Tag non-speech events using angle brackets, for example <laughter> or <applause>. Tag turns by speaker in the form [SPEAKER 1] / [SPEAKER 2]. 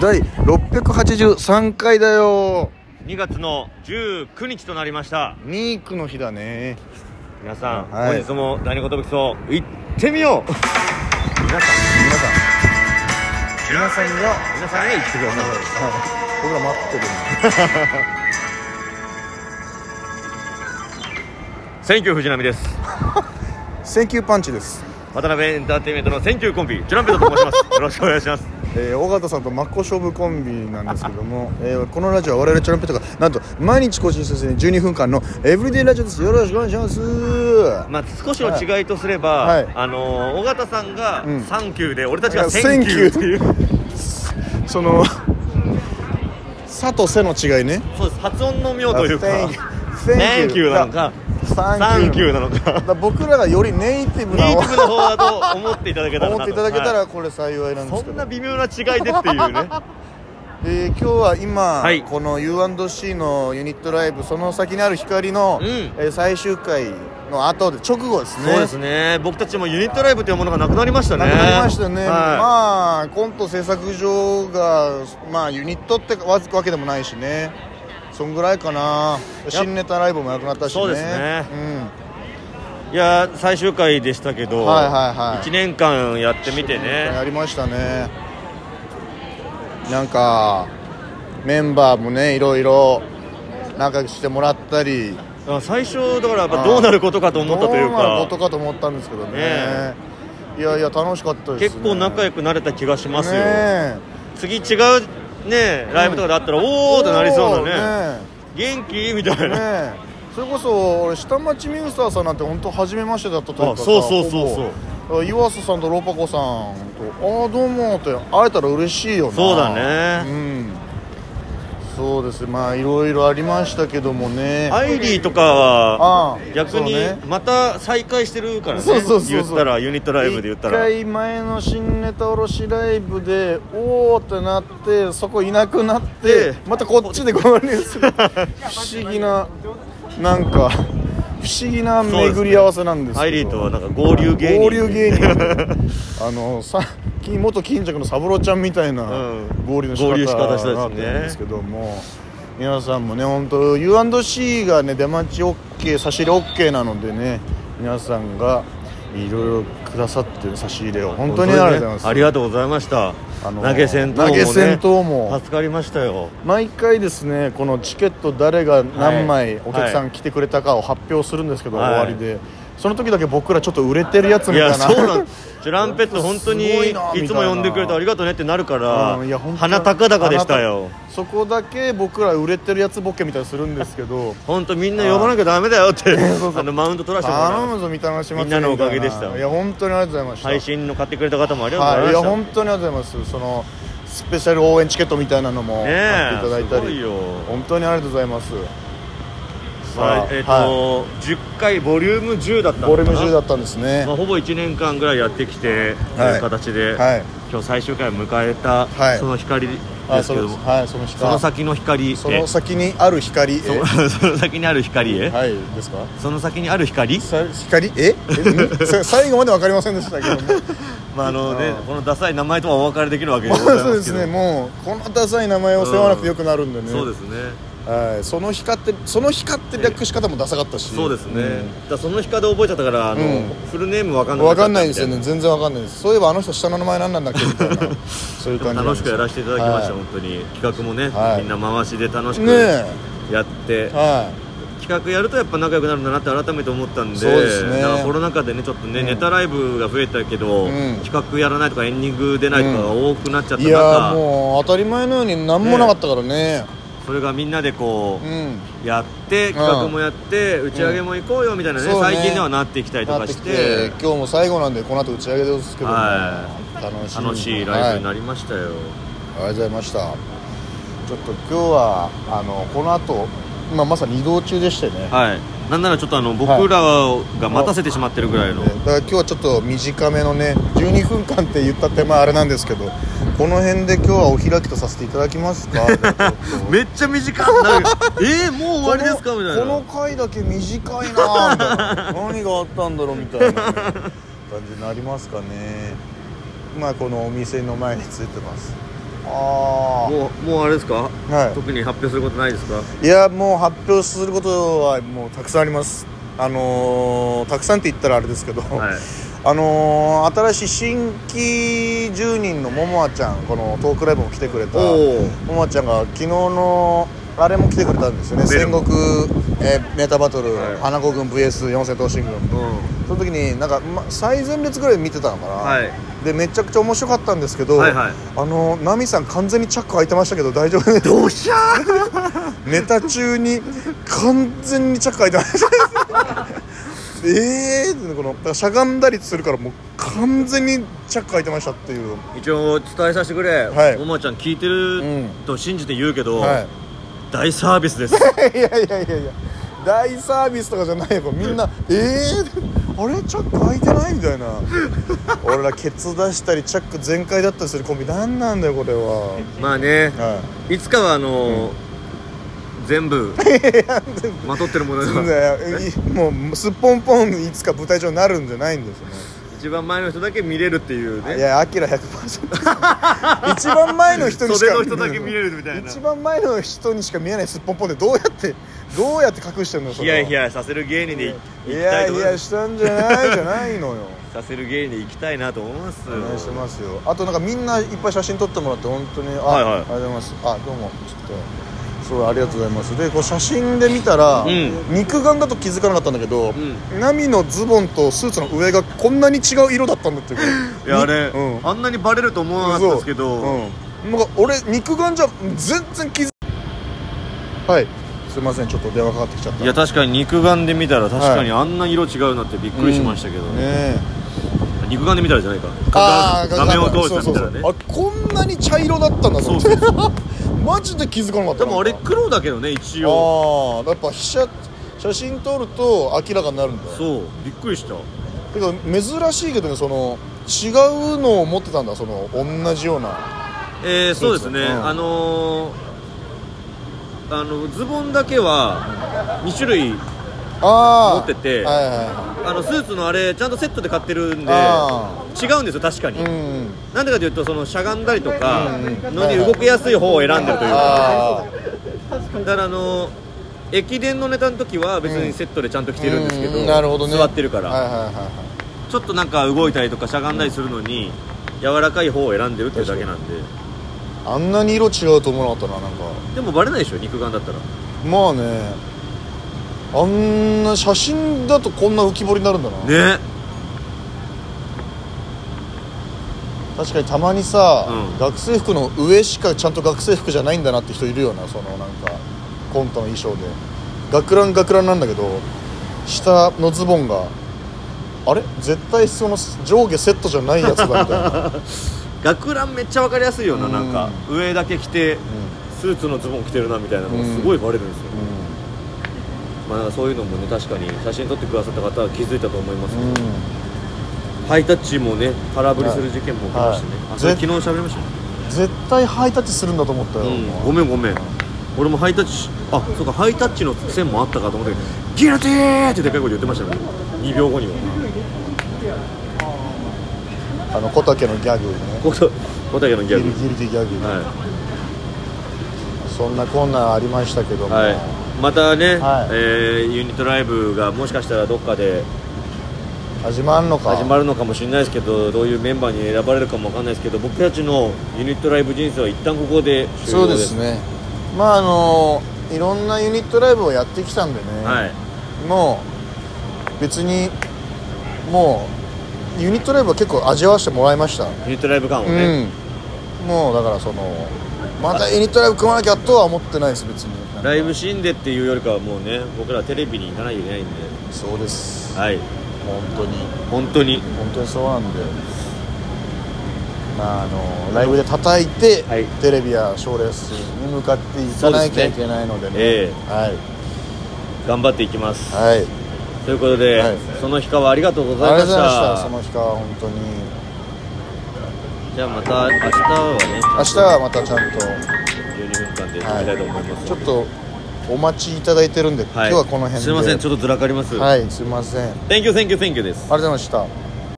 [SPEAKER 1] 第683回だよ
[SPEAKER 2] 2月の19日となりました
[SPEAKER 1] ミークの日だね
[SPEAKER 2] 皆さん、
[SPEAKER 1] はい
[SPEAKER 2] 本日も第二寿荘行ってみよう皆さん
[SPEAKER 1] 皆さん皆さんが
[SPEAKER 2] 皆さんへ行ってください
[SPEAKER 1] 僕ら待ってる
[SPEAKER 2] センキュー藤波です
[SPEAKER 1] のセンキューパンチです、
[SPEAKER 2] 渡辺エンターテインメントのセンキューコンビジュランペットと
[SPEAKER 1] <laughs>
[SPEAKER 2] 申しますよろしくお願いします
[SPEAKER 1] えー、尾形さんと真っ向勝負コンビなんですけども、えーこのラジオは我々チャランペットがなんと毎日更新させる12分間のエブリデイラジオですよろしくお願いします
[SPEAKER 2] まあ少しの違いとすれば、
[SPEAKER 1] はいはい
[SPEAKER 2] あのー尾形さんが
[SPEAKER 1] うん
[SPEAKER 2] サンキューで、俺たち
[SPEAKER 1] いや
[SPEAKER 2] がセンキューっていう
[SPEAKER 1] その「さ」と「せ」の違いね
[SPEAKER 2] そうです発音の妙というかセン
[SPEAKER 1] Thank
[SPEAKER 2] キュ
[SPEAKER 1] you
[SPEAKER 2] ーなのかサンキューなのか
[SPEAKER 1] だから僕らがよりネイティブ
[SPEAKER 2] ネイテ
[SPEAKER 1] な
[SPEAKER 2] ィブの方だと思っていただけたらなと
[SPEAKER 1] <laughs> 思っていただけた
[SPEAKER 2] は
[SPEAKER 1] ら
[SPEAKER 2] い
[SPEAKER 1] これ幸いなんです
[SPEAKER 2] そ
[SPEAKER 1] け
[SPEAKER 2] ん
[SPEAKER 1] ど
[SPEAKER 2] な、微妙な違いでっていうね
[SPEAKER 1] えー今日は今、
[SPEAKER 2] はい
[SPEAKER 1] この U&C のユニットライブその先にある光の、
[SPEAKER 2] うん
[SPEAKER 1] えー最終回の後で直後ですね
[SPEAKER 2] そうですね僕たちもユニットライブというものがなくなりましたね
[SPEAKER 1] なくなりましたね、
[SPEAKER 2] は
[SPEAKER 1] まあコント制作所がまあユニットってわわけでもないしねそんぐらいかな新ネタライブもなくなったしね
[SPEAKER 2] そうですねい、いやー最終回でしたけど、
[SPEAKER 1] はいはいはい
[SPEAKER 2] 1年間やってみて
[SPEAKER 1] うん、
[SPEAKER 2] ね
[SPEAKER 1] やりましたねなんかメンバーもねいろいろ仲良くしてもらったり
[SPEAKER 2] あ最初だからやっぱどうなることかと思ったという
[SPEAKER 1] どうなる
[SPEAKER 2] か
[SPEAKER 1] ことかと思ったんですけどね
[SPEAKER 2] ね
[SPEAKER 1] いやいや楽しかったです、ね、
[SPEAKER 2] 結構仲良
[SPEAKER 1] く
[SPEAKER 2] くなれた気がしますよ、
[SPEAKER 1] ね
[SPEAKER 2] 次違うねライブとかであったら、おおってなりそうだね
[SPEAKER 1] ね
[SPEAKER 2] 元気みた
[SPEAKER 1] ね
[SPEAKER 2] いな、
[SPEAKER 1] えそれこそ俺下町ミュースターさんなんて本当初めましてだったというか
[SPEAKER 2] あそうそうそうそう
[SPEAKER 1] う岩瀬さんとロパコさんと「ああどうも」って会えたら嬉しいよな
[SPEAKER 2] そうだね
[SPEAKER 1] うんそうですまあいろいろありましたけどもね
[SPEAKER 2] アイリーとか
[SPEAKER 1] あ
[SPEAKER 2] は
[SPEAKER 1] あ
[SPEAKER 2] 逆に
[SPEAKER 1] そうね
[SPEAKER 2] また再開してるからね
[SPEAKER 1] そうそうそうそう
[SPEAKER 2] 言ったらユニットライブで言ったら
[SPEAKER 1] 一回前の新ネタ卸しライブでおおってなってそこいなくなって
[SPEAKER 2] で
[SPEAKER 1] またこっちで合流す
[SPEAKER 2] <laughs>
[SPEAKER 1] る不思議ななんか不思議な巡り合わせなんですけど
[SPEAKER 2] アイリーとはなんか合流芸人
[SPEAKER 1] 合流芸人 <laughs> あのさ金元金着の三郎ちゃんみたいな
[SPEAKER 2] うん
[SPEAKER 1] 合流の仕方
[SPEAKER 2] 合流し方したですね
[SPEAKER 1] なってるんですけども皆さんもね本当 U&C がね出待ち OK 差し入れ OK なのでね皆さんがいろいろくださってる差し入れを本当にありがとうございます、
[SPEAKER 2] ねありがとうございました、
[SPEAKER 1] あのー
[SPEAKER 2] 投げ銭等も、ね、
[SPEAKER 1] 投げ銭等も
[SPEAKER 2] 助かりましたよ
[SPEAKER 1] 毎回ですねこのチケット誰が何枚
[SPEAKER 2] はい
[SPEAKER 1] お客さん来てくれたかを発表するんですけど、
[SPEAKER 2] はい
[SPEAKER 1] 終わりでその時だけ僕らちょっと売れてるやつみ
[SPEAKER 2] い
[SPEAKER 1] たいな
[SPEAKER 2] やそうなんジュランペット本当
[SPEAKER 1] <laughs>
[SPEAKER 2] に
[SPEAKER 1] すごいなみたいない
[SPEAKER 2] つも呼んでくれてありがとうねってなるから、
[SPEAKER 1] うんいや本当
[SPEAKER 2] 鼻高々でした
[SPEAKER 1] 鼻
[SPEAKER 2] よ
[SPEAKER 1] 高そこだけ僕ら売れてるやつボケみたいにするんですけ
[SPEAKER 2] <laughs>
[SPEAKER 1] ど
[SPEAKER 2] 本当みんな呼ばなきゃダメだよって
[SPEAKER 1] <laughs> そうそう
[SPEAKER 2] あのマウント取らせてもら
[SPEAKER 1] 頼
[SPEAKER 2] う
[SPEAKER 1] むぞみたいな
[SPEAKER 2] みんなのおかげでした
[SPEAKER 1] いや本当にありがとうございました
[SPEAKER 2] 配信の買ってくれた方もありがとう
[SPEAKER 1] は
[SPEAKER 2] ご
[SPEAKER 1] い、
[SPEAKER 2] ざ
[SPEAKER 1] いや
[SPEAKER 2] いました
[SPEAKER 1] 本当にありがとうございますそのスペシャル応援チケットみたいなのも買っていただいた
[SPEAKER 2] ねえすごい
[SPEAKER 1] り、
[SPEAKER 2] よ
[SPEAKER 1] 本当にありがとうございます
[SPEAKER 2] まあ
[SPEAKER 1] さあ
[SPEAKER 2] えっ、と、
[SPEAKER 1] は
[SPEAKER 2] 10回ボリューム10だった
[SPEAKER 1] いボ
[SPEAKER 2] のかな
[SPEAKER 1] リューム10だったんですね
[SPEAKER 2] まあ、ほぼ1年間ぐらいやってきて、
[SPEAKER 1] はい
[SPEAKER 2] という形で、
[SPEAKER 1] はい
[SPEAKER 2] 今日最終回を迎えた、
[SPEAKER 1] はい
[SPEAKER 2] その光で
[SPEAKER 1] あ
[SPEAKER 2] す
[SPEAKER 1] そ
[SPEAKER 2] け
[SPEAKER 1] れ
[SPEAKER 2] ども
[SPEAKER 1] はいその光
[SPEAKER 2] その先の光へ
[SPEAKER 1] そ
[SPEAKER 2] <laughs>
[SPEAKER 1] の先にある光え
[SPEAKER 2] そその先にある光へ、
[SPEAKER 1] はいですか
[SPEAKER 2] その先にある光、
[SPEAKER 1] さ光ええんさ最後までわかりませんでしたけども
[SPEAKER 2] まああのね
[SPEAKER 1] あー、
[SPEAKER 2] このダサい名前とはお別れできるわけでございますけ
[SPEAKER 1] <laughs> そ
[SPEAKER 2] ど
[SPEAKER 1] うですねもうこのダサい名前を背負わなくてよくなるんでね、
[SPEAKER 2] そうですね
[SPEAKER 1] はい、その光ってその光って略し方もダサかったし
[SPEAKER 2] そうですね、だからその光で覚えちゃったからあの、
[SPEAKER 1] うん
[SPEAKER 2] フルネームわかんな
[SPEAKER 1] 分
[SPEAKER 2] い
[SPEAKER 1] かんないんですよね全然分かんないですそういえばあの人下の名前何なんだっけみ
[SPEAKER 2] <laughs>
[SPEAKER 1] たいなそういう感じなん
[SPEAKER 2] 楽
[SPEAKER 1] で
[SPEAKER 2] し
[SPEAKER 1] す
[SPEAKER 2] くやらせていただきました、
[SPEAKER 1] は
[SPEAKER 2] 本当に企画もね、
[SPEAKER 1] はい
[SPEAKER 2] みんな回しで楽し
[SPEAKER 1] い、ね
[SPEAKER 2] くやっ
[SPEAKER 1] え
[SPEAKER 2] て、
[SPEAKER 1] は
[SPEAKER 2] 企画やるとやっぱ仲良くなるんだなって改めて思ったんで
[SPEAKER 1] そうですね
[SPEAKER 2] だからコロナ禍でねちょっとね、ネタライブが増えたけど、
[SPEAKER 1] うん
[SPEAKER 2] 企画やらないとかエンディング出ないとかが多くなっちゃっ
[SPEAKER 1] い
[SPEAKER 2] た
[SPEAKER 1] いや
[SPEAKER 2] 中、
[SPEAKER 1] ーもう当たり前のように何もなかったからね
[SPEAKER 2] それがみんなでこう、
[SPEAKER 1] うん
[SPEAKER 2] やって企画もやって、打ち上げも行こうよみたいなね,、
[SPEAKER 1] そうね
[SPEAKER 2] 最近ではなってきたりと
[SPEAKER 1] なっ
[SPEAKER 2] か
[SPEAKER 1] て
[SPEAKER 2] し
[SPEAKER 1] き
[SPEAKER 2] て
[SPEAKER 1] て今日も最後なんでこの後打ち上げですけども、
[SPEAKER 2] は
[SPEAKER 1] 楽しい
[SPEAKER 2] 楽しいライブに
[SPEAKER 1] はい、あ
[SPEAKER 2] なりましたよ、
[SPEAKER 1] りがとうございましたちょっと今日はあのこの後今まさに移動中でしてね
[SPEAKER 2] はいなんならちょっとあの僕らが待たせてしまってるぐらいの、
[SPEAKER 1] ねだから今日はちょっと短めのね12分間って言ったってまああれなんですけどこの辺で今日はお開きとさせていただきますか
[SPEAKER 2] めっちゃ短くなるえー、もう終わりですかみたいな
[SPEAKER 1] このこの回だけ短いなみたいな何があったんだろうみたいなね、感じになりますかねまあこのお店の前についてますあ
[SPEAKER 2] もうもうあれですか、
[SPEAKER 1] はい
[SPEAKER 2] 特に発表することないですか
[SPEAKER 1] いやもう発表することはもうたくさんありますあのーたくさんって言ったらあれですけど、
[SPEAKER 2] はい
[SPEAKER 1] あのー新しい新規住人のももあちゃんこのトークライブも来てくれた
[SPEAKER 2] お
[SPEAKER 1] も
[SPEAKER 2] ー
[SPEAKER 1] もあちゃんが昨日のあれも来てくれたんですよね
[SPEAKER 2] ベ
[SPEAKER 1] 戦
[SPEAKER 2] ル
[SPEAKER 1] 国、えーメタバトル、
[SPEAKER 2] はい
[SPEAKER 1] 花子軍 VS 四千頭身軍
[SPEAKER 2] う
[SPEAKER 1] その時になんか、ま、最前列ぐらいで見てたのかな、
[SPEAKER 2] はい
[SPEAKER 1] でめちゃくちゃ面白かったんですけど、
[SPEAKER 2] はいはい
[SPEAKER 1] あのナミさん完全にチャック開いてましたけど大丈夫です
[SPEAKER 2] んおっしゃ
[SPEAKER 1] <laughs>
[SPEAKER 2] ー
[SPEAKER 1] ネタ中に完全にチャック開いてました <laughs> ええー、このだからしゃがんだりするからもう完全にチャック開いてましたっていう
[SPEAKER 2] 一応伝えさせてくれ、
[SPEAKER 1] はい
[SPEAKER 2] おまちゃん聞いてると信じて言うけど、
[SPEAKER 1] は
[SPEAKER 2] 大サービスで
[SPEAKER 1] <laughs>
[SPEAKER 2] す
[SPEAKER 1] いいやいやいやいや大サービスとかじゃないよみんな「えー、あれチャック開いてない?」みたい
[SPEAKER 2] <laughs>
[SPEAKER 1] な俺らケツ出したりチャック全開だったりするコンビ何なんだよこれは
[SPEAKER 2] まあね
[SPEAKER 1] はい
[SPEAKER 2] つかはあのー
[SPEAKER 1] <laughs>
[SPEAKER 2] 全部まとってるものが
[SPEAKER 1] 全然い <laughs> もうすっぽんぽんいつか舞台上になるんじゃないんですよね
[SPEAKER 2] 一番前の人だけ見れるっていう
[SPEAKER 1] い
[SPEAKER 2] ね
[SPEAKER 1] やアキラ100%一番前の人にしか
[SPEAKER 2] 袖の人だけ見れるみたいな
[SPEAKER 1] 一番前の人にしか見えないすっぽんぽんでどうやってどうやって隠してんのそ
[SPEAKER 2] ヒ
[SPEAKER 1] れは
[SPEAKER 2] ヤヒヤさせる芸人でい行き
[SPEAKER 1] い
[SPEAKER 2] た
[SPEAKER 1] や
[SPEAKER 2] いと
[SPEAKER 1] い
[SPEAKER 2] 思い
[SPEAKER 1] や
[SPEAKER 2] ます
[SPEAKER 1] したんじゃないじゃないのよ
[SPEAKER 2] <laughs> させる芸人で行きたいなと思いますよ
[SPEAKER 1] お願いしてますよあとなんかみんないっぱい写真撮ってもらって本当にあ、
[SPEAKER 2] はいはい
[SPEAKER 1] ありがとうございますあどうもちょっとすごいありがとうございますでこう写真で見たら、
[SPEAKER 2] ん
[SPEAKER 1] 肉眼だと気づかなかったんだけど、
[SPEAKER 2] う
[SPEAKER 1] ナミのズボンとスーツの上がこんなに違う色だったんだっていうか
[SPEAKER 2] いやあれ、
[SPEAKER 1] うん
[SPEAKER 2] あんなにバレると思わなかったですけど、
[SPEAKER 1] そううん、なんか俺肉眼じゃ全然気づはいすいませんちょっと電話かかってきちゃった
[SPEAKER 2] いや
[SPEAKER 1] ね
[SPEAKER 2] 確かに肉眼で見たら確かに
[SPEAKER 1] は
[SPEAKER 2] あんな色違うなってびっくりしましたけど、
[SPEAKER 1] え
[SPEAKER 2] 肉眼で見たらじゃないか
[SPEAKER 1] あー
[SPEAKER 2] 画面を通して見たらね
[SPEAKER 1] そうそうそうあこんなに茶色だったんだと思って
[SPEAKER 2] そう
[SPEAKER 1] マジで気づかなかった
[SPEAKER 2] でもあれ
[SPEAKER 1] なんか
[SPEAKER 2] 黒だけどね一応
[SPEAKER 1] ああやっぱ被写写真撮ると明らかになるんだよ
[SPEAKER 2] そうびっくりした
[SPEAKER 1] てか珍しいけどねその違うのを持ってたんだその同じような
[SPEAKER 2] えー、そうですね、
[SPEAKER 1] そうそううん
[SPEAKER 2] あのー、あのズボンだけは2種類
[SPEAKER 1] ああ
[SPEAKER 2] 持ってて
[SPEAKER 1] はいは
[SPEAKER 2] あのスーツのあれちゃんとセットで買ってるんで
[SPEAKER 1] あ
[SPEAKER 2] 違うんですよ確かに、
[SPEAKER 1] いはいうん
[SPEAKER 2] なんでかというとそのしゃがんだりとか
[SPEAKER 1] うんうん
[SPEAKER 2] のに動きやすい方を選んでるというか
[SPEAKER 1] ああ
[SPEAKER 2] だからあの駅伝のネタの時は別にセットでちゃんと着てるんですけど,、
[SPEAKER 1] うんなるほどね
[SPEAKER 2] 座ってるから、
[SPEAKER 1] はいはいはいはい
[SPEAKER 2] ちょっとなんか動いたりとかしゃがんだりするのに柔らかい方を選んでるっていうだけなんで
[SPEAKER 1] あんなに色違うと思わなかったななんか
[SPEAKER 2] でもバレないでしょ肉眼だったら
[SPEAKER 1] まあねあんな写真だとこんな浮き彫りになるんだな、
[SPEAKER 2] ね
[SPEAKER 1] 確かにたまにさ、
[SPEAKER 2] うん
[SPEAKER 1] 学生服の上しかちゃんと学生服じゃないんだなって人いるよなそのなんかコントの衣装で学ラン学ランなんだけど下のズボンがあれ絶対その上下セットじゃないやつだみたい
[SPEAKER 2] <laughs>
[SPEAKER 1] な、
[SPEAKER 2] 学ランめっちゃ分かりやすいよな
[SPEAKER 1] うん
[SPEAKER 2] なんか上だけ着てスーツのズボン着てるなみたいなのがすごいバレるんですよ、まあ、なんかそういうのもね確かに写真撮ってくださった方は気づいたと思いますけ
[SPEAKER 1] うん
[SPEAKER 2] ど、
[SPEAKER 1] うんうん
[SPEAKER 2] ハイタッチもね空振りする事件も起きましたね、
[SPEAKER 1] はい
[SPEAKER 2] あそれ
[SPEAKER 1] ぜ
[SPEAKER 2] 昨日喋りましたね
[SPEAKER 1] 絶対ハイタッチするんだと思ったよ、
[SPEAKER 2] うん、ごめんごめん俺もハイタッチしあそうかハイタッチの線もあったかと思ったけど「ギルティー!」ってでかい声で言ってましたね2秒後には
[SPEAKER 1] あの小竹のギャグね
[SPEAKER 2] こと小竹のギ
[SPEAKER 1] ギ
[SPEAKER 2] ャ
[SPEAKER 1] リ
[SPEAKER 2] グ
[SPEAKER 1] ギリでギャグ、ね
[SPEAKER 2] は
[SPEAKER 1] そんなこんなんありましたけど
[SPEAKER 2] い、
[SPEAKER 1] も、
[SPEAKER 2] はい、またね、
[SPEAKER 1] はい
[SPEAKER 2] えーユニットライブがもしかしたらどっかで
[SPEAKER 1] 始まんのか
[SPEAKER 2] 始まるのかもしれないですけどどういうメンバーに選ばれるかもわかんないですけど僕たちのユニットライブ人生は一旦ここで終
[SPEAKER 1] そ
[SPEAKER 2] 了
[SPEAKER 1] うで
[SPEAKER 2] です
[SPEAKER 1] すねまああのいろんなユニットライブをやってきたんでね、
[SPEAKER 2] はい
[SPEAKER 1] もう別にもうユニットライブは結構味わわせてもらいました、
[SPEAKER 2] ユニットライブ感を
[SPEAKER 1] う
[SPEAKER 2] ね、
[SPEAKER 1] んもうだからそのまたユニットライブ組まなきゃとは思ってないです別に
[SPEAKER 2] ライブシーンでっていうよりかはもうね僕らテレビに行かないといけないんで
[SPEAKER 1] そうです
[SPEAKER 2] はい
[SPEAKER 1] 本当に
[SPEAKER 2] 本当に
[SPEAKER 1] 本当にそうなんでまああのライブで叩いて、
[SPEAKER 2] はい
[SPEAKER 1] テレビや賞レースに向かっていかなきゃいけないのでね
[SPEAKER 2] そうですね
[SPEAKER 1] はい
[SPEAKER 2] 頑張っていきます
[SPEAKER 1] はい
[SPEAKER 2] ということで、
[SPEAKER 1] はい
[SPEAKER 2] その日川ありがとうご
[SPEAKER 1] ありがとう
[SPEAKER 2] ざいまし
[SPEAKER 1] ございました
[SPEAKER 2] た
[SPEAKER 1] その日は本当に
[SPEAKER 2] じゃあまた明日はね
[SPEAKER 1] 明日はまたちゃんと、
[SPEAKER 2] 12分間でやりたいと思いま
[SPEAKER 1] はい、
[SPEAKER 2] す、
[SPEAKER 1] ちょっとお待ちいただいてるんで、今日はこの辺です
[SPEAKER 2] いませんちょ
[SPEAKER 1] っ
[SPEAKER 2] っとずらかります、
[SPEAKER 1] はいすいませんありが
[SPEAKER 2] 天気 Thank you thank you thank you です
[SPEAKER 1] とうございました